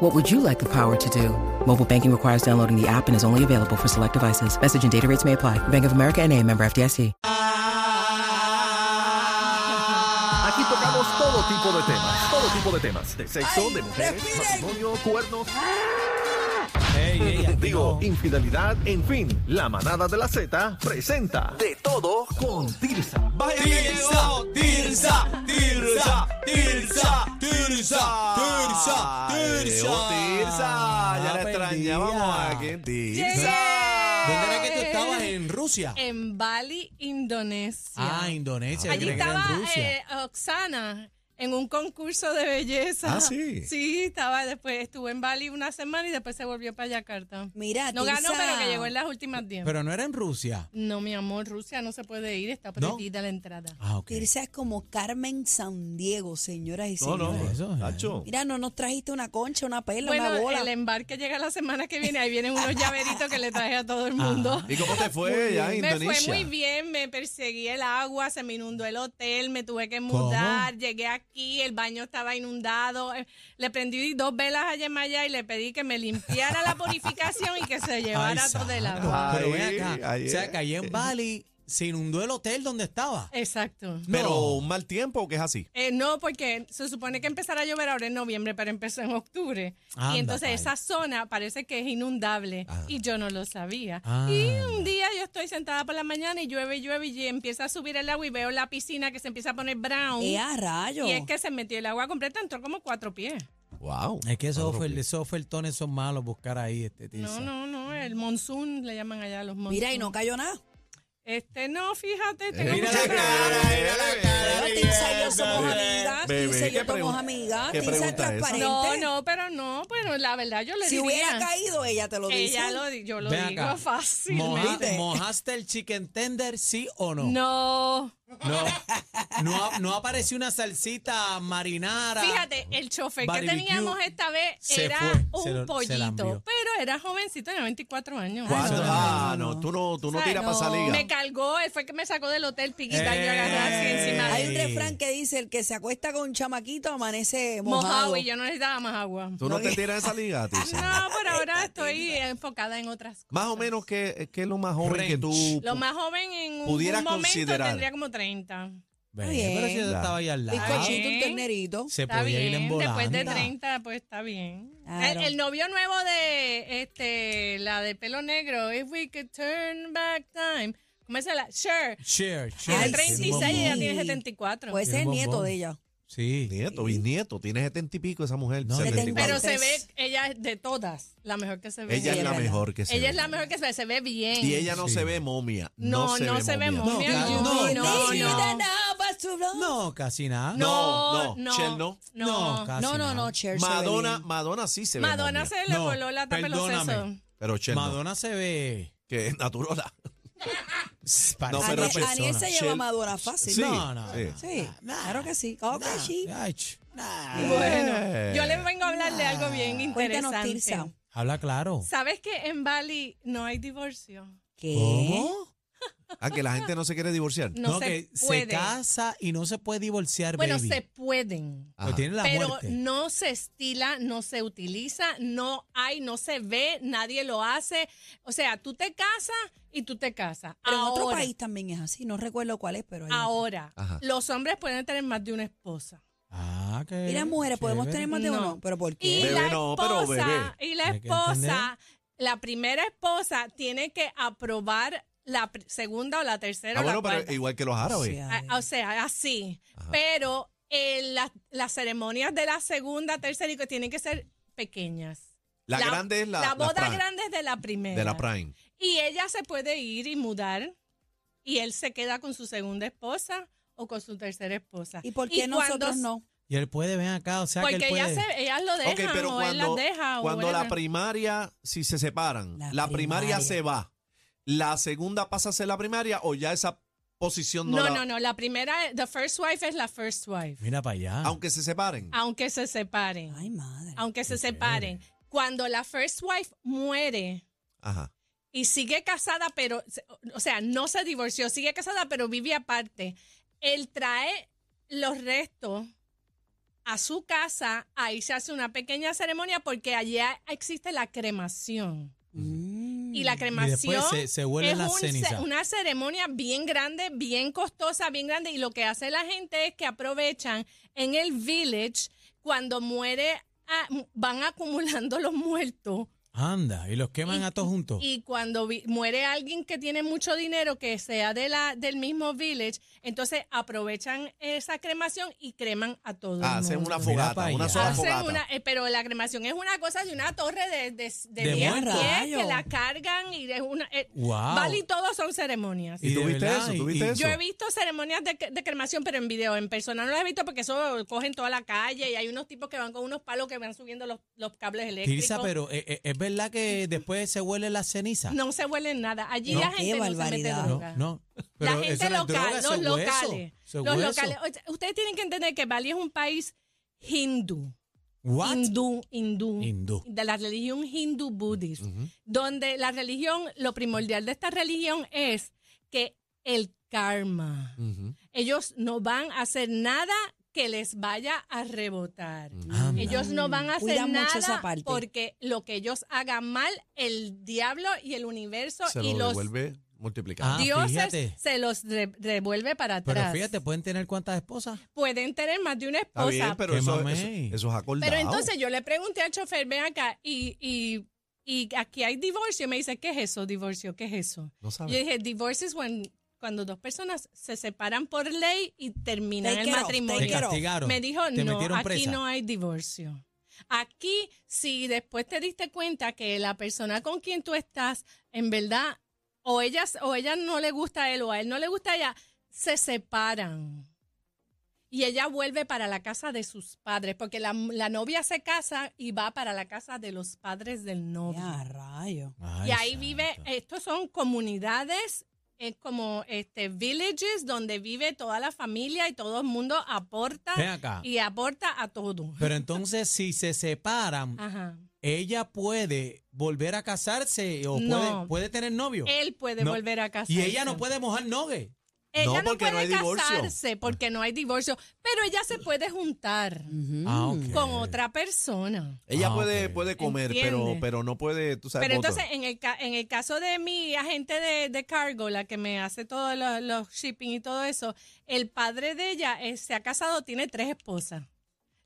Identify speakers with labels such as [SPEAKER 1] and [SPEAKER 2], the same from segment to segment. [SPEAKER 1] What would you like the power to do? Mobile banking requires downloading the app and is only available for select devices. Message and data rates may apply. Bank of America and a member FDIC.
[SPEAKER 2] Aquí tocamos todo tipo de temas, todo tipo de temas, de sexo, de mujeres, matrimonio, cuernos,
[SPEAKER 3] Ah.
[SPEAKER 2] digo, infidelidad, en fin, la manada de la Z presenta de todo con Tirsa.
[SPEAKER 4] Vaya que llegó Tirsa, Tirsa, Tirsa, Tirsa, Tirsa, Tirsa. Tirsa,
[SPEAKER 3] Ah,
[SPEAKER 4] ya la extrañábamos aquí. Tirsa. ¿Dónde era que tú estabas? En Rusia.
[SPEAKER 5] en Bali, Indonesia.
[SPEAKER 4] Ah, Indonesia. yo
[SPEAKER 5] Allí
[SPEAKER 4] creí que era
[SPEAKER 5] estaba
[SPEAKER 4] en Rusia.
[SPEAKER 5] eh, Oxana en un concurso de belleza.
[SPEAKER 4] Ah, sí.
[SPEAKER 5] Sí, estaba después, estuvo en Bali una semana y después se volvió para Yakarta.
[SPEAKER 6] Mira,
[SPEAKER 5] No ganó,
[SPEAKER 6] Tirsa.
[SPEAKER 5] pero que llegó en las últimas 10.
[SPEAKER 4] Pero no era en Rusia.
[SPEAKER 5] No, mi amor, Rusia no se puede ir, está
[SPEAKER 4] No.
[SPEAKER 5] prohibida la entrada.
[SPEAKER 4] Ah, ok.
[SPEAKER 6] Tirsa es como Carmen San Diego, señoras y
[SPEAKER 2] No,
[SPEAKER 6] señores.
[SPEAKER 2] no,
[SPEAKER 4] Eso,
[SPEAKER 2] Nacho.
[SPEAKER 6] Mira, no nos trajiste una concha, una perla,
[SPEAKER 5] Bueno,
[SPEAKER 6] una bola.
[SPEAKER 5] el embarque llega la semana que viene, ahí vienen unos llaveritos que le traje a todo el mundo.
[SPEAKER 3] Ah, ¿Y cómo te fue ya en
[SPEAKER 5] Me fue
[SPEAKER 3] Indonesia?
[SPEAKER 5] muy bien, me perseguí el agua, se me inundó el hotel, me tuve que mudar, llegué aquí, el baño estaba inundado, eh, le prendí dos velas a Yemaya y le pedí que me limpiara la purificación y que se llevara todo el
[SPEAKER 4] santo.
[SPEAKER 5] agua.
[SPEAKER 3] Ay,
[SPEAKER 4] Pero ven acá.
[SPEAKER 3] ay,
[SPEAKER 4] o sea,
[SPEAKER 3] eh.
[SPEAKER 4] que allí en Bali se inundó el hotel donde estaba.
[SPEAKER 5] Eh, Exacto.
[SPEAKER 3] Pero
[SPEAKER 4] No.
[SPEAKER 3] un mal tiempo o que es así.
[SPEAKER 5] Eh, no, porque se supone que empezará a llover ahora en noviembre, pero empezó en octubre.
[SPEAKER 4] Anda, Ah.
[SPEAKER 5] y entonces
[SPEAKER 4] pa'l.
[SPEAKER 5] esa zona parece que es inundable y yo no lo sabía. Y un día yo estoy sentada por la mañana y llueve, y llueve y empieza a subir el agua y veo la piscina que se empieza a poner brown.
[SPEAKER 6] ¡Eh, a rayo!
[SPEAKER 5] Y es que se metió el agua completa, entró como cuatro pies.
[SPEAKER 3] Wow.
[SPEAKER 4] Es que esos, ofer- esos ofertones son malos buscar ahí este
[SPEAKER 5] No,
[SPEAKER 4] Tirsa.
[SPEAKER 5] no, no, el monzón le llaman allá los monzones.
[SPEAKER 6] Mira, y no cayó nada.
[SPEAKER 5] Este no, fíjate, tengo
[SPEAKER 4] Eh, Mira
[SPEAKER 5] mucha
[SPEAKER 4] la
[SPEAKER 5] cara.
[SPEAKER 4] cara, eh. mira la cara.
[SPEAKER 6] Pero Tirsa y yo somos amigas.
[SPEAKER 3] Bebé,
[SPEAKER 6] Tirsa y
[SPEAKER 3] ¿qué
[SPEAKER 6] yo somos
[SPEAKER 3] pregunta-
[SPEAKER 6] amigas.
[SPEAKER 3] qué
[SPEAKER 6] Tirsa es
[SPEAKER 3] pregunta es esa?
[SPEAKER 6] transparente.
[SPEAKER 5] No, no, pero no, pero la verdad yo le
[SPEAKER 6] Si
[SPEAKER 5] diría.
[SPEAKER 6] hubiera caído, ella te lo dice.
[SPEAKER 5] Ella lo, di- yo lo
[SPEAKER 4] Ven
[SPEAKER 5] digo
[SPEAKER 4] acá.
[SPEAKER 5] fácil.
[SPEAKER 4] Moja-
[SPEAKER 6] ¿Viste?
[SPEAKER 4] ¿Mojaste el chicken tender, sí o no?
[SPEAKER 5] No.
[SPEAKER 4] No, no, ha- no apareció una salsita marinara.
[SPEAKER 5] Fíjate, el chofer que
[SPEAKER 4] Barbecue
[SPEAKER 5] teníamos esta vez
[SPEAKER 4] se
[SPEAKER 5] era
[SPEAKER 4] fue, se
[SPEAKER 5] un
[SPEAKER 4] lo- se la envió.
[SPEAKER 5] pollito, pero era jovencito, era 24 años.
[SPEAKER 3] ¿Cuánto?
[SPEAKER 4] no,
[SPEAKER 3] Ah, no, tú no, tú no
[SPEAKER 5] Ay,
[SPEAKER 3] tiras para esa liga.
[SPEAKER 5] Me cargó, él fue el que me sacó del hotel, piquita, y yo agarré así
[SPEAKER 4] Ey.
[SPEAKER 5] encima de
[SPEAKER 6] Hay
[SPEAKER 5] él.
[SPEAKER 6] un
[SPEAKER 4] Eh. Ay.
[SPEAKER 6] refrán que dice, el que se acuesta con chamaquito amanece mojado.
[SPEAKER 5] Mojado y yo no necesitaba más agua.
[SPEAKER 3] Tú no te tiras esa liga, Tisa.
[SPEAKER 5] No, por ahora estoy enfocada en otras cosas.
[SPEAKER 3] Más o menos, ¿qué, qué es lo más joven que tú...?
[SPEAKER 5] Lo más joven en un,
[SPEAKER 3] Pudieras
[SPEAKER 5] un momento
[SPEAKER 3] considerar.
[SPEAKER 5] tendría como 30.
[SPEAKER 4] Ve,
[SPEAKER 6] bien.
[SPEAKER 4] pero si eso
[SPEAKER 3] Ya.
[SPEAKER 4] estaba ahí al lado.
[SPEAKER 6] Bizcochito,
[SPEAKER 5] Ay.
[SPEAKER 6] un ternerito.
[SPEAKER 4] Se
[SPEAKER 5] Está
[SPEAKER 4] podía ir en
[SPEAKER 5] bien,
[SPEAKER 4] volanda.
[SPEAKER 5] después de 30, pues está bien.
[SPEAKER 6] Claro.
[SPEAKER 5] El, el novio nuevo de este, la de pelo negro, If We Could Turn Back Time. ¿Cómo es la? Sure.
[SPEAKER 4] Share, share.
[SPEAKER 5] Tiene
[SPEAKER 6] Ay,
[SPEAKER 5] 36
[SPEAKER 6] sí. Pues,
[SPEAKER 5] y ella tiene 74.
[SPEAKER 6] Puede
[SPEAKER 4] Es
[SPEAKER 6] ser
[SPEAKER 4] un
[SPEAKER 6] nieto
[SPEAKER 4] bombón.
[SPEAKER 6] de ella.
[SPEAKER 4] Sí.
[SPEAKER 3] Nieto, bisnieto, tiene setenta y pico esa mujer.
[SPEAKER 4] No,
[SPEAKER 3] 74.
[SPEAKER 5] pero se ve,
[SPEAKER 6] 43.
[SPEAKER 5] ella es de todas, la mejor que se ve.
[SPEAKER 3] Ella
[SPEAKER 6] Sí,
[SPEAKER 3] es
[SPEAKER 6] es
[SPEAKER 3] la
[SPEAKER 6] verdad.
[SPEAKER 3] mejor que se
[SPEAKER 5] Ella
[SPEAKER 3] ve.
[SPEAKER 5] es la mejor que se ve, se ve bien.
[SPEAKER 3] Y ella no
[SPEAKER 4] Sí.
[SPEAKER 3] se ve momia. No,
[SPEAKER 5] no,
[SPEAKER 3] se
[SPEAKER 5] no
[SPEAKER 3] ve
[SPEAKER 5] se ve
[SPEAKER 3] momia.
[SPEAKER 5] momia.
[SPEAKER 4] No,
[SPEAKER 5] No,
[SPEAKER 4] claro,
[SPEAKER 5] no,
[SPEAKER 4] sí,
[SPEAKER 5] no.
[SPEAKER 4] No, casi nada.
[SPEAKER 3] No,
[SPEAKER 5] No,
[SPEAKER 3] no, Shell no.
[SPEAKER 4] No,
[SPEAKER 5] no.
[SPEAKER 4] casi
[SPEAKER 6] No, no,
[SPEAKER 4] nada.
[SPEAKER 6] no, Cher se ve
[SPEAKER 3] Madonna,
[SPEAKER 6] bien.
[SPEAKER 3] Madonna sí se ve
[SPEAKER 5] Madonna
[SPEAKER 3] momia.
[SPEAKER 5] se le
[SPEAKER 4] No,
[SPEAKER 5] voló la tapa de los
[SPEAKER 4] perdóname.
[SPEAKER 5] sesos.
[SPEAKER 3] Pero Shell no,
[SPEAKER 4] Madonna se ve.
[SPEAKER 3] que es naturola.
[SPEAKER 4] Parece
[SPEAKER 3] No, pero
[SPEAKER 4] una
[SPEAKER 6] Aniel,
[SPEAKER 3] persona.
[SPEAKER 6] Aniel se lleva
[SPEAKER 3] Shell-
[SPEAKER 6] a Madonna fácil.
[SPEAKER 3] Sí,
[SPEAKER 4] no, no,
[SPEAKER 3] sí.
[SPEAKER 4] no.
[SPEAKER 6] Sí,
[SPEAKER 4] Nah,
[SPEAKER 6] claro que sí. Claro que
[SPEAKER 4] nah,
[SPEAKER 6] sí.
[SPEAKER 4] ay, ch, nah.
[SPEAKER 3] Eh,
[SPEAKER 5] Bueno, yo les vengo a hablar de algo bien interesante.
[SPEAKER 6] Cuéntanos, Tirsa.
[SPEAKER 4] Habla claro.
[SPEAKER 5] ¿Sabes que en Bali no hay divorcio?
[SPEAKER 6] ¿Qué?
[SPEAKER 4] ¿Cómo?
[SPEAKER 3] Ah, que la gente no se quiere divorciar.
[SPEAKER 5] No,
[SPEAKER 4] No,
[SPEAKER 5] se
[SPEAKER 4] que se
[SPEAKER 5] puede.
[SPEAKER 4] casa y no se puede divorciar,
[SPEAKER 5] bueno,
[SPEAKER 4] baby.
[SPEAKER 5] se pueden.
[SPEAKER 3] Ajá.
[SPEAKER 4] Pues tiene la
[SPEAKER 5] pero
[SPEAKER 4] muerte.
[SPEAKER 5] no se estila, no se utiliza, no hay, no se ve, nadie lo hace. O sea, tú te casas y tú te casas.
[SPEAKER 6] Pero en
[SPEAKER 5] ahora,
[SPEAKER 6] otro país pues. también es así, no recuerdo cuál es, pero hay otro.
[SPEAKER 5] ahora
[SPEAKER 3] Ajá.
[SPEAKER 5] los hombres pueden tener más de una esposa.
[SPEAKER 4] Ah, que.
[SPEAKER 6] Y las mujeres podemos
[SPEAKER 4] chévere.
[SPEAKER 6] tener más de
[SPEAKER 5] No.
[SPEAKER 6] uno, pero ¿por
[SPEAKER 5] Y
[SPEAKER 6] qué?
[SPEAKER 3] Bebé
[SPEAKER 5] la
[SPEAKER 3] no, pero
[SPEAKER 5] esposa,
[SPEAKER 3] bebé.
[SPEAKER 5] y la
[SPEAKER 4] Hay que
[SPEAKER 5] esposa, la primera esposa tiene que aprobar la pr- segunda o la tercera
[SPEAKER 3] Ah,
[SPEAKER 5] o la
[SPEAKER 3] bueno, pero
[SPEAKER 5] cuarta.
[SPEAKER 3] igual que los árabes.
[SPEAKER 6] Sí,
[SPEAKER 5] Ah, O sea, así. Pero eh, la- las ceremonias de la segunda, tercera y que tienen que ser pequeñas.
[SPEAKER 3] La, grande es la, la
[SPEAKER 5] boda
[SPEAKER 3] prime,
[SPEAKER 5] grande es de la primera.
[SPEAKER 3] De la prime.
[SPEAKER 5] Y ella se puede ir y mudar y él se queda con su segunda esposa o con su tercera esposa.
[SPEAKER 6] ¿Y por qué
[SPEAKER 5] ah. cuando-
[SPEAKER 6] nosotros no?
[SPEAKER 4] Y él puede, ven acá, o sea
[SPEAKER 5] Porque
[SPEAKER 4] que él
[SPEAKER 5] ellas,
[SPEAKER 4] puede.
[SPEAKER 5] se- ellas lo dejan
[SPEAKER 3] ok, pero
[SPEAKER 5] o él las
[SPEAKER 3] cuando,
[SPEAKER 5] deja. o
[SPEAKER 3] cuando la
[SPEAKER 5] whatever.
[SPEAKER 3] primaria, si se separan,
[SPEAKER 6] La
[SPEAKER 3] la, primaria.
[SPEAKER 6] primaria.
[SPEAKER 3] se va, ¿la segunda pasa a ser la primaria o ya esa posición no,
[SPEAKER 5] no,
[SPEAKER 3] la-
[SPEAKER 5] no, no. La primera, the first wife es la first wife.
[SPEAKER 4] Mira para allá.
[SPEAKER 3] Aunque se separen.
[SPEAKER 5] Aunque se separen.
[SPEAKER 6] Ay, madre.
[SPEAKER 5] aunque se separen. Cuando la first wife muere
[SPEAKER 3] Ajá.
[SPEAKER 5] y sigue casada, pero, o sea, no se divorció, sigue casada, pero vive aparte, él trae los restos a su casa, ahí se hace una pequeña ceremonia porque allá existe la cremación.
[SPEAKER 6] Mm.
[SPEAKER 5] Y la cremación
[SPEAKER 4] se- se huelen
[SPEAKER 5] es
[SPEAKER 4] las
[SPEAKER 5] un ce-
[SPEAKER 4] cenizas.
[SPEAKER 5] una ceremonia bien grande, bien costosa, bien grande. Y lo que hace la gente es que aprovechan en el village cuando muere, a- van acumulando los muertos.
[SPEAKER 4] Anda, y los queman
[SPEAKER 5] Y-
[SPEAKER 4] a todos juntos.
[SPEAKER 5] Y cuando vi- muere alguien que tiene mucho dinero, que sea de la, del mismo village, entonces aprovechan esa cremación y creman a todos.
[SPEAKER 3] Ah, hacen una fogata,
[SPEAKER 4] pa'
[SPEAKER 3] una
[SPEAKER 4] allá.
[SPEAKER 3] sola
[SPEAKER 4] Hacen
[SPEAKER 3] fogata.
[SPEAKER 5] eh, pero la cremación es una cosa de una torre de, de, de,
[SPEAKER 4] De
[SPEAKER 5] 10
[SPEAKER 4] muertos.
[SPEAKER 5] pies
[SPEAKER 6] Rayo.
[SPEAKER 5] que la cargan y es una... eh,
[SPEAKER 4] Wow.
[SPEAKER 5] Vale, y todo son ceremonias.
[SPEAKER 4] Y de
[SPEAKER 3] tuviste
[SPEAKER 4] verdad,
[SPEAKER 3] eso?
[SPEAKER 4] y-
[SPEAKER 3] ¿Tuviste
[SPEAKER 4] y-
[SPEAKER 3] eso?
[SPEAKER 5] Yo he visto ceremonias de, de cremación, pero en video, en persona no las he visto porque eso cogen toda la calle y hay unos tipos que van con unos palos que van subiendo los, los cables eléctricos.
[SPEAKER 4] Tirsa, pero eh, eh, ¿es verdad que después se huele la ceniza?
[SPEAKER 5] No se huelen nada. Allí la
[SPEAKER 6] Qué
[SPEAKER 5] gente no se mete
[SPEAKER 6] barbaridad.
[SPEAKER 4] no,
[SPEAKER 5] droga.
[SPEAKER 4] no.
[SPEAKER 5] La
[SPEAKER 4] Pero eso no
[SPEAKER 5] gente
[SPEAKER 4] es
[SPEAKER 5] local,
[SPEAKER 4] droga, eso
[SPEAKER 5] los
[SPEAKER 4] es hueso,
[SPEAKER 5] locales.
[SPEAKER 4] eso es
[SPEAKER 5] Los
[SPEAKER 4] hueso.
[SPEAKER 5] locales. O sea, Ustedes tienen que entender que Bali es un país hindú.
[SPEAKER 4] What?
[SPEAKER 5] Hindú, hindú.
[SPEAKER 4] Hindú. Mm.
[SPEAKER 5] De la religión hindú budista. Donde la religión, lo primordial de esta religión es que el karma. Ellos no van a hacer nada que les vaya a rebotar.
[SPEAKER 4] Anda.
[SPEAKER 5] Ellos no van a hacer
[SPEAKER 6] Cuidan mucho
[SPEAKER 5] nada
[SPEAKER 6] esa parte.
[SPEAKER 5] porque lo que ellos hagan mal, el diablo y el universo
[SPEAKER 3] Se
[SPEAKER 5] y
[SPEAKER 3] lo
[SPEAKER 5] los
[SPEAKER 3] devuelve multiplicado.
[SPEAKER 4] Ah,
[SPEAKER 5] dioses
[SPEAKER 4] fíjate.
[SPEAKER 5] se los re- revuelve para atrás.
[SPEAKER 4] Pero fíjate, ¿pueden tener cuántas esposas?
[SPEAKER 5] Pueden tener más de una
[SPEAKER 3] Está
[SPEAKER 5] esposa.
[SPEAKER 3] bien, pero
[SPEAKER 4] Qué
[SPEAKER 3] eso, eso,
[SPEAKER 4] mamey.
[SPEAKER 3] eso es acordado.
[SPEAKER 5] Pero entonces yo le pregunté al chofer, ven acá, y, y, y aquí hay divorcio. Y me dice, ¿qué es eso, divorcio? ¿Qué es eso?
[SPEAKER 3] No
[SPEAKER 5] Yo
[SPEAKER 3] sabes.
[SPEAKER 5] dije, divorcio es when- cuando dos personas se separan por ley y terminan
[SPEAKER 6] Take
[SPEAKER 5] el
[SPEAKER 6] it off,
[SPEAKER 4] Te
[SPEAKER 6] Pero-
[SPEAKER 5] matrimonio.
[SPEAKER 4] castigaron.
[SPEAKER 5] Me dijo,
[SPEAKER 4] Te
[SPEAKER 5] no,
[SPEAKER 4] metieron
[SPEAKER 5] aquí
[SPEAKER 4] presa.
[SPEAKER 5] no hay divorcio. Aquí, si después te diste cuenta que la persona con quien tú estás, en verdad, o ella, o ella no le gusta a él o a él no le gusta a ella, se separan. Y ella vuelve para la casa de sus padres, porque la, la novia se casa y va para la casa de los padres del novio.
[SPEAKER 6] Ya, rayo.
[SPEAKER 4] Ay,
[SPEAKER 5] Y ahí
[SPEAKER 4] santo.
[SPEAKER 5] vive, estos son comunidades, es como este villages donde vive toda la familia y todo el mundo aporta
[SPEAKER 4] Ven acá.
[SPEAKER 5] y aporta a todo.
[SPEAKER 4] Pero entonces, si se separan,
[SPEAKER 5] Ajá.
[SPEAKER 4] ella puede volver a casarse o
[SPEAKER 5] No.
[SPEAKER 4] puede, puede tener novio.
[SPEAKER 5] Él puede
[SPEAKER 4] No.
[SPEAKER 5] volver a casarse.
[SPEAKER 4] y ella no puede mojar nogue.
[SPEAKER 5] Ella
[SPEAKER 3] No,
[SPEAKER 5] no,
[SPEAKER 3] porque no
[SPEAKER 5] puede
[SPEAKER 3] hay divorcio.
[SPEAKER 5] casarse porque no hay divorcio, pero ella se puede juntar
[SPEAKER 4] Ah, ok.
[SPEAKER 5] Mm. con otra persona.
[SPEAKER 3] Ella
[SPEAKER 4] Ah,
[SPEAKER 3] puede,
[SPEAKER 4] ok.
[SPEAKER 3] puede comer, pero,
[SPEAKER 5] Entiende.
[SPEAKER 3] pero no puede, tú sabes,
[SPEAKER 5] Pero
[SPEAKER 3] voto.
[SPEAKER 5] entonces, en el, ca- en el caso de mi agente de, de cargo, la que me hace todos los, los shipping y todo eso, el padre de ella eh, se ha casado, tiene tres esposas.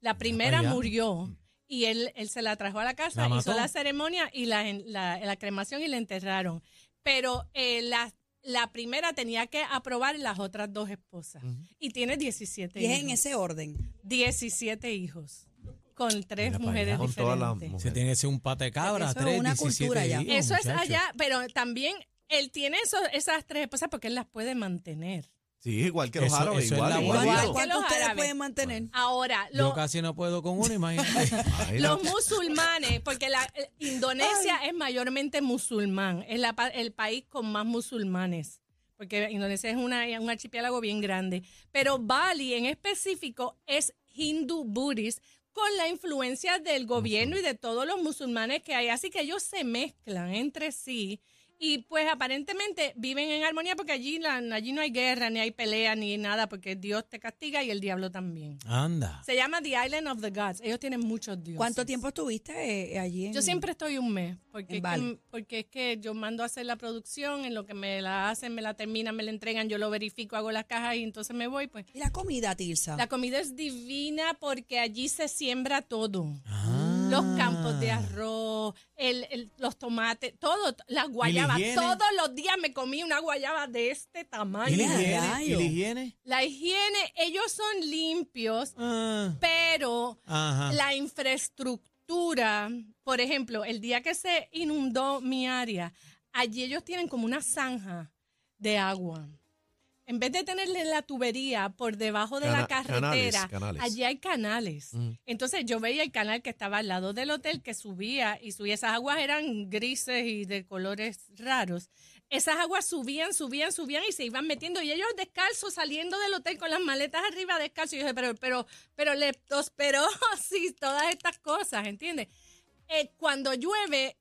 [SPEAKER 5] La primera
[SPEAKER 4] allá.
[SPEAKER 5] murió y él, él se la trajo a la casa,
[SPEAKER 4] ¿La
[SPEAKER 5] hizo
[SPEAKER 4] mató?
[SPEAKER 5] la ceremonia y la, en- la- la cremación y la enterraron. Pero eh, la, la primera tenía que aprobar las otras dos esposas. Y tiene 17
[SPEAKER 6] Y es en
[SPEAKER 5] hijos.
[SPEAKER 6] ese orden.
[SPEAKER 5] 17 hijos. Con tres
[SPEAKER 4] Mira para
[SPEAKER 5] mujeres
[SPEAKER 4] allá.
[SPEAKER 3] Con todas las
[SPEAKER 5] diferentes.
[SPEAKER 4] Se tiene que ser un pate cabra,
[SPEAKER 6] Eso es
[SPEAKER 4] 3,
[SPEAKER 6] una
[SPEAKER 4] 17
[SPEAKER 6] cultura ya.
[SPEAKER 4] días,
[SPEAKER 5] Eso es
[SPEAKER 4] muchacho.
[SPEAKER 5] allá, pero también él tiene eso- esas tres esposas porque él las puede mantener.
[SPEAKER 3] Sí, igual que los
[SPEAKER 4] Eso-
[SPEAKER 3] árabes,
[SPEAKER 4] eso es
[SPEAKER 3] igual.
[SPEAKER 4] la
[SPEAKER 3] igual,
[SPEAKER 4] boda.
[SPEAKER 3] igual.
[SPEAKER 5] que
[SPEAKER 6] ¿Cuánto
[SPEAKER 5] los
[SPEAKER 6] ustedes
[SPEAKER 5] árabes.
[SPEAKER 6] pueden mantener?
[SPEAKER 5] Ahora,
[SPEAKER 4] Yo
[SPEAKER 5] lo-
[SPEAKER 4] casi no puedo con uno, imagínate.
[SPEAKER 3] Ay, no.
[SPEAKER 5] los musulmanes, porque la, eh, Indonesia es mayormente musulmán, es la pa- el país con más musulmanes, porque Indonesia es una, un archipiélago bien grande. Pero Bali en específico es hindú budis con la influencia del gobierno y de todos los musulmanes que hay, así que ellos se mezclan entre sí. Y pues aparentemente viven en armonía porque allí, la- allí no hay guerra, ni hay pelea, ni nada, porque Dios te castiga y el diablo también.
[SPEAKER 4] Anda.
[SPEAKER 5] Se llama The Island of the Gods. Ellos tienen muchos dioses.
[SPEAKER 6] ¿Cuánto tiempo estuviste eh, allí? en-
[SPEAKER 5] Yo siempre estoy un mes, porque,
[SPEAKER 6] En
[SPEAKER 5] es
[SPEAKER 6] Bali.
[SPEAKER 5] que, porque es que yo mando a hacer la producción, en lo que me la hacen, me la terminan, me la entregan, yo lo verifico, hago las cajas y entonces me voy. Pues
[SPEAKER 4] Ah.
[SPEAKER 6] ¿Y la comida, Tirsa?
[SPEAKER 5] la comida es divina porque allí se siembra todo.
[SPEAKER 4] Ah.
[SPEAKER 5] los campos de arroz, el- el- los tomates, todo, las guayabas.
[SPEAKER 4] higiene?
[SPEAKER 5] Todos los días me comí una guayaba de este
[SPEAKER 4] ¿Y la
[SPEAKER 5] tamaño.
[SPEAKER 4] higiene? ¿Y
[SPEAKER 6] rayo.
[SPEAKER 4] la higiene?
[SPEAKER 5] La higiene, ellos son limpios,
[SPEAKER 4] Ah,
[SPEAKER 5] pero
[SPEAKER 4] ajá.
[SPEAKER 5] la infraestructura, por ejemplo, el día que se inundó mi área, allí ellos tienen como una zanja de agua. En vez de tenerle la tubería por debajo de
[SPEAKER 3] Cana-
[SPEAKER 5] la carretera,
[SPEAKER 3] canales, canales.
[SPEAKER 5] allí hay canales. Entonces yo veía el canal que estaba al lado del hotel que subía y subía. Esas aguas eran grises y de colores raros. Esas aguas subían, subían, subían y se iban metiendo. Y ellos descalzos saliendo del hotel con las maletas arriba descalzos. Y yo dije, pero, pero, pero leptospirosis, todas estas cosas, ¿entiendes? Eh, cuando llueve,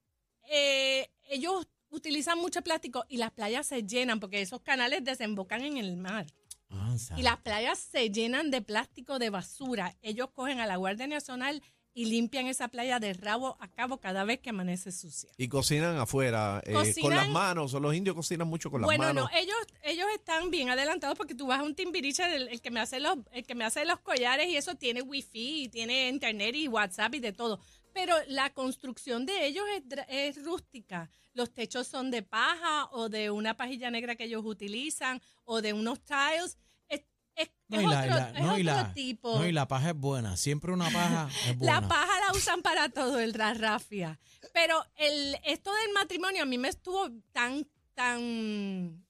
[SPEAKER 5] eh, ellos utilizan mucho plástico y las playas se llenan porque esos canales desembocan en el mar.
[SPEAKER 4] Ah, sabe.
[SPEAKER 5] Y las playas se llenan de plástico de basura. Ellos cogen a la Guardia Nacional y limpian esa playa de rabo a cabo cada vez que amanece sucia.
[SPEAKER 3] Y cocinan afuera, eh, con
[SPEAKER 5] Cocinan-
[SPEAKER 3] las manos. Los indios cocinan mucho con las
[SPEAKER 5] bueno,
[SPEAKER 3] manos.
[SPEAKER 5] no, eh. ellos, ellos están bien adelantados porque tú vas a un timbiriche, el, el que me hace los, el que me hace los collares y eso tiene wifi, y tiene internet y WhatsApp y de todo. Pero la construcción de ellos es, dra- es rústica. Los techos son de paja o de una pajilla negra que ellos utilizan o de unos tiles. Es, es-
[SPEAKER 4] No,
[SPEAKER 5] es
[SPEAKER 4] y la- y
[SPEAKER 5] otro,
[SPEAKER 4] la-
[SPEAKER 5] es
[SPEAKER 4] no, y
[SPEAKER 5] otro
[SPEAKER 4] la-
[SPEAKER 5] tipo.
[SPEAKER 4] No, y la paja es buena. Siempre una paja es buena.
[SPEAKER 5] La paja la usan para todo el rarrafia. Pero el, esto del matrimonio a mí me estuvo tan, tan.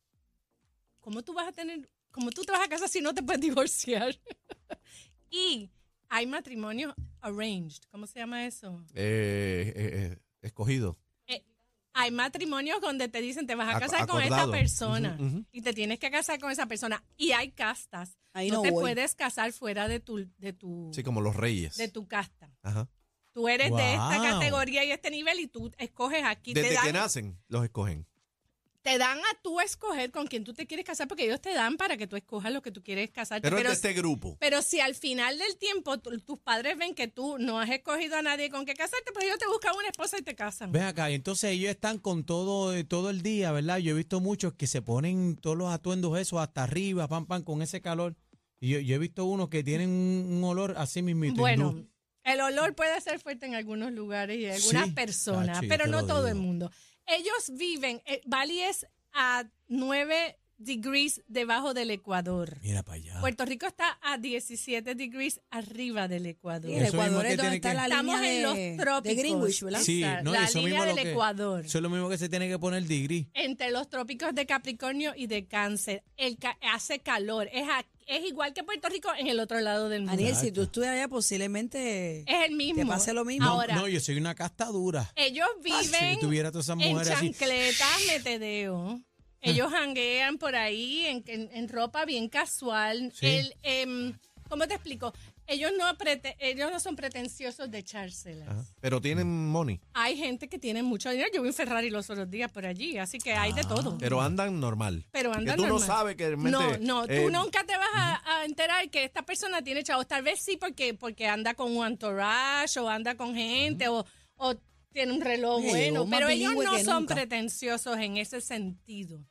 [SPEAKER 5] ¿Cómo tú vas a tener.? ¿Cómo tú te vas a casa si no te puedes divorciar? y hay matrimonio arranged. ¿Cómo se llama eso?
[SPEAKER 3] Eh, eh, eh, escogido.
[SPEAKER 5] Hay matrimonios donde te dicen te vas a
[SPEAKER 3] Ac-
[SPEAKER 5] casar con esta
[SPEAKER 3] acordado.
[SPEAKER 5] persona
[SPEAKER 3] Ujú, ujú.
[SPEAKER 5] y te tienes que casar con esa persona. Y hay castas.
[SPEAKER 6] Ahí
[SPEAKER 5] no,
[SPEAKER 6] no
[SPEAKER 5] te
[SPEAKER 6] voy.
[SPEAKER 5] puedes casar fuera de tu, de tu,
[SPEAKER 3] Sí, como los reyes.
[SPEAKER 5] de tu casta.
[SPEAKER 3] Ajá.
[SPEAKER 5] Tú eres de esta
[SPEAKER 4] Wow.
[SPEAKER 5] categoría y este nivel y tú escoges aquí.
[SPEAKER 3] Desde
[SPEAKER 5] te, dan,
[SPEAKER 3] que nacen, los escogen.
[SPEAKER 5] te dan a tú escoger con quién tú te quieres casar porque ellos te dan para que tú escojas lo que tú quieres casarte.
[SPEAKER 3] Pero,
[SPEAKER 5] Pero,
[SPEAKER 3] es de este grupo.
[SPEAKER 5] pero si al final del tiempo tu- tus padres ven que tú no has escogido a nadie con qué casarte, pues ellos te buscan una esposa y te casan.
[SPEAKER 4] Ven acá, y entonces ellos están con todo, eh, todo el día, ¿verdad? Yo he visto muchos que se ponen todos los atuendos esos hasta arriba, pam, pam, con ese calor. Y yo, yo he visto unos que tienen un, un olor así mismito.
[SPEAKER 5] Bueno,
[SPEAKER 4] hindú.
[SPEAKER 5] el olor puede ser fuerte en algunos lugares y en algunas
[SPEAKER 4] Sí,
[SPEAKER 5] personas,
[SPEAKER 4] tacho, yo
[SPEAKER 5] pero
[SPEAKER 4] te
[SPEAKER 5] no
[SPEAKER 4] lo
[SPEAKER 5] todo el
[SPEAKER 4] digo.
[SPEAKER 5] mundo. Ellos viven, eh, Bali es a 9 degrees debajo del Ecuador.
[SPEAKER 4] Mira para
[SPEAKER 6] Ah.
[SPEAKER 4] allá.
[SPEAKER 5] Puerto Rico está a 17 degrees arriba del Ecuador.
[SPEAKER 6] Y el
[SPEAKER 4] Eso mismo
[SPEAKER 6] Ecuador
[SPEAKER 4] que
[SPEAKER 6] es donde
[SPEAKER 4] tiene
[SPEAKER 6] está
[SPEAKER 4] que-
[SPEAKER 6] la
[SPEAKER 5] Estamos
[SPEAKER 6] línea
[SPEAKER 5] en los
[SPEAKER 6] de-
[SPEAKER 5] trópicos.
[SPEAKER 6] de Greenwich, ¿verdad?
[SPEAKER 4] Sí,
[SPEAKER 5] Esa,
[SPEAKER 4] no,
[SPEAKER 5] la
[SPEAKER 4] eso
[SPEAKER 5] línea
[SPEAKER 4] mismo
[SPEAKER 5] del
[SPEAKER 4] lo que-
[SPEAKER 5] Ecuador.
[SPEAKER 4] Eso es lo mismo que se tiene que poner digri.
[SPEAKER 5] Entre los trópicos de Capricornio y de Cáncer. El ca- hace calor. Es, a- es igual que Puerto Rico en el otro lado del mundo.
[SPEAKER 6] Aniel, si tú estuvieras allá, posiblemente
[SPEAKER 5] es el mismo.
[SPEAKER 6] te pase lo mismo.
[SPEAKER 5] Ahora,
[SPEAKER 4] No, yo soy una casta dura.
[SPEAKER 5] ellos
[SPEAKER 4] Ah, si yo
[SPEAKER 5] viven
[SPEAKER 4] tuviera todas esas
[SPEAKER 5] en
[SPEAKER 4] mujeres así. Ah.
[SPEAKER 5] chancletas, metedeo. Ellos janguean por ahí en, en- en ropa bien casual.
[SPEAKER 4] Sí.
[SPEAKER 5] El, em, ¿Cómo te explico? Ellos no, prete- ellos no son pretenciosos de echárselas.
[SPEAKER 3] Ajá. Pero tienen money.
[SPEAKER 5] Hay gente que tiene mucho dinero. Yo vi un Ferrari los otros días por allí, así que hay de todo.
[SPEAKER 3] Ah, Pero andan normal.
[SPEAKER 5] Pero andan
[SPEAKER 3] que tú
[SPEAKER 5] normal.
[SPEAKER 3] no sabes que realmente,
[SPEAKER 5] No, no, tú
[SPEAKER 3] eh,
[SPEAKER 5] nunca te vas a, a enterar que esta persona tiene chavos. Tal vez sí porque, porque anda con un entourage o anda con gente o, o tiene un reloj
[SPEAKER 6] Oye,
[SPEAKER 5] bueno.
[SPEAKER 6] llegó más
[SPEAKER 5] Pero ellos
[SPEAKER 6] bilingüe
[SPEAKER 5] no
[SPEAKER 6] que
[SPEAKER 5] son
[SPEAKER 6] nunca.
[SPEAKER 5] pretenciosos en ese sentido.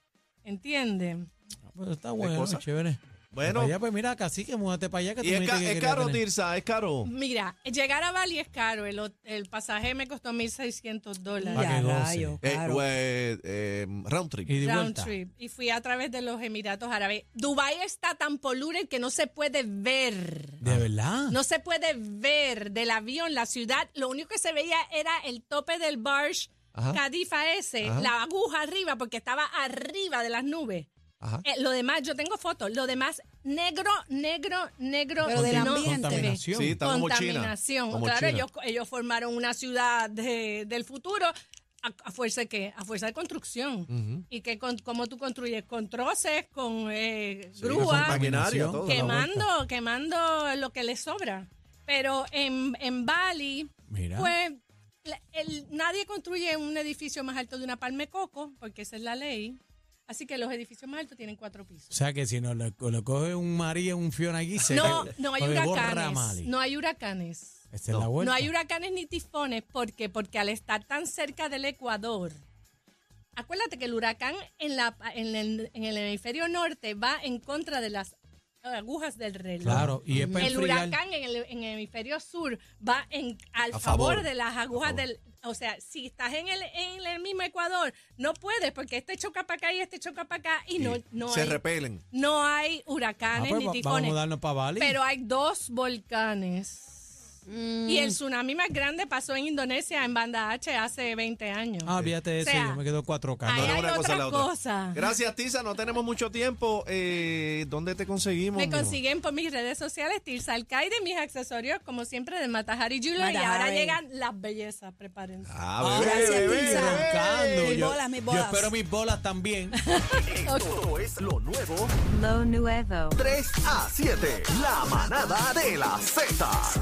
[SPEAKER 5] ¿Entienden?
[SPEAKER 4] Ah, Pero está bueno,
[SPEAKER 3] cosa?
[SPEAKER 4] chévere.
[SPEAKER 3] Bueno.
[SPEAKER 4] Para allá, pues mira, cacique, múdate para allá que tú
[SPEAKER 3] Y
[SPEAKER 4] me
[SPEAKER 3] es, ca-
[SPEAKER 4] dijiste que
[SPEAKER 3] es
[SPEAKER 4] querías
[SPEAKER 3] caro,
[SPEAKER 4] tener.
[SPEAKER 3] Tirsa, es caro.
[SPEAKER 5] Mira, llegar a Bali es caro. El, hot- el pasaje me costó 1.600 dólares.
[SPEAKER 4] Pa'
[SPEAKER 6] Ya,
[SPEAKER 4] que goce.
[SPEAKER 6] rayo,
[SPEAKER 3] Eh,
[SPEAKER 6] claro.
[SPEAKER 3] eh, eh, round trip.
[SPEAKER 4] Y de
[SPEAKER 5] round
[SPEAKER 4] vuelta.
[SPEAKER 5] trip y fui a través de los Emiratos Árabes. Dubái está tan polluted que no se puede ver.
[SPEAKER 4] De verdad.
[SPEAKER 5] No se puede ver del avión la ciudad. Lo único que se veía era el tope del Burj
[SPEAKER 3] Ajá.
[SPEAKER 5] Khalifa ese,
[SPEAKER 3] Ajá.
[SPEAKER 5] la aguja arriba porque estaba arriba de las nubes.
[SPEAKER 3] Ajá.
[SPEAKER 5] Eh, lo demás, yo tengo fotos, lo demás negro, negro, negro.
[SPEAKER 6] Pero del
[SPEAKER 5] no se ve.
[SPEAKER 6] ambiente.
[SPEAKER 4] Contaminación.
[SPEAKER 3] Sí, está como China.
[SPEAKER 5] Contaminación.
[SPEAKER 3] Como
[SPEAKER 5] claro,
[SPEAKER 3] China.
[SPEAKER 5] ellos, ellos formaron una ciudad de- del futuro a, a fuerza de qué? A fuerza de construcción. ¿Y que con, cómo tú construyes? Con troces, con eh,
[SPEAKER 3] Sí, con
[SPEAKER 5] grúas,
[SPEAKER 3] maquinaria, todo.
[SPEAKER 4] la
[SPEAKER 5] quemando, quemando lo que les sobra. Pero en, en Bali,
[SPEAKER 4] Mira.
[SPEAKER 5] pues la- el- nadie construye un edificio más alto de una palma de coco, porque esa es la ley. Así que los edificios más altos tienen cuatro pisos.
[SPEAKER 4] O sea que si no lo, lo coge un María, un Fiona aquí, se
[SPEAKER 5] No, no hay
[SPEAKER 4] porque borra
[SPEAKER 5] huracanes.
[SPEAKER 4] Mali.
[SPEAKER 5] No hay huracanes.
[SPEAKER 4] Esta es la vuelta.
[SPEAKER 5] No hay huracanes ni tifones. ¿Por qué? Porque al estar tan cerca del Ecuador, acuérdate que el huracán en, la, en, el, en el hemisferio norte va en contra de las agujas del reloj. Mm.
[SPEAKER 4] Claro, y es para
[SPEAKER 5] El
[SPEAKER 4] enfriar.
[SPEAKER 5] huracán en el, en el hemisferio sur va en, al
[SPEAKER 3] A
[SPEAKER 5] favor,
[SPEAKER 3] favor,
[SPEAKER 5] de las agujas
[SPEAKER 3] favor.
[SPEAKER 5] del... O sea, si estás en el, en el mismo Ecuador, no puedes porque este choca para acá y este choca para acá y no,
[SPEAKER 3] Y
[SPEAKER 5] no,
[SPEAKER 3] se
[SPEAKER 5] hay,
[SPEAKER 3] repelen.
[SPEAKER 5] no hay
[SPEAKER 4] Ah,
[SPEAKER 5] huracanes
[SPEAKER 4] pues
[SPEAKER 5] ni
[SPEAKER 4] va-
[SPEAKER 5] tifones.
[SPEAKER 4] vamos a darnos para Bali.
[SPEAKER 5] Pero hay dos volcanes. Y el tsunami más grande pasó en Indonesia, en Banda H, hace 20 años.
[SPEAKER 4] ah, fíjate
[SPEAKER 5] O
[SPEAKER 4] eso,
[SPEAKER 5] sea,
[SPEAKER 4] yo me quedo 4K.
[SPEAKER 5] ahí
[SPEAKER 3] No, no,
[SPEAKER 5] hay
[SPEAKER 3] una cosa,
[SPEAKER 5] otra
[SPEAKER 3] la otra.
[SPEAKER 5] cosa.
[SPEAKER 3] Gracias, Tiza. No tenemos mucho tiempo. Eh, ¿Dónde te conseguimos?
[SPEAKER 5] Me
[SPEAKER 3] mi amor?
[SPEAKER 5] consiguen por mis redes sociales, Tirsa Alcaide, mis accesorios, como siempre, de Matajari Jewelry. Y
[SPEAKER 6] Matajari.
[SPEAKER 5] ahora llegan las bellezas, prepárense.
[SPEAKER 3] Ah, bebé,
[SPEAKER 6] Gracias,
[SPEAKER 3] bebé,
[SPEAKER 6] Tiza.
[SPEAKER 3] bebé.
[SPEAKER 4] Roncando,
[SPEAKER 6] Mis
[SPEAKER 4] yo-
[SPEAKER 6] bolas, mis
[SPEAKER 4] Yo
[SPEAKER 6] bolas.
[SPEAKER 4] espero mis bolas también.
[SPEAKER 2] Esto es lo nuevo
[SPEAKER 7] Lo nuevo.
[SPEAKER 2] 3 a 7. La manada de la Z.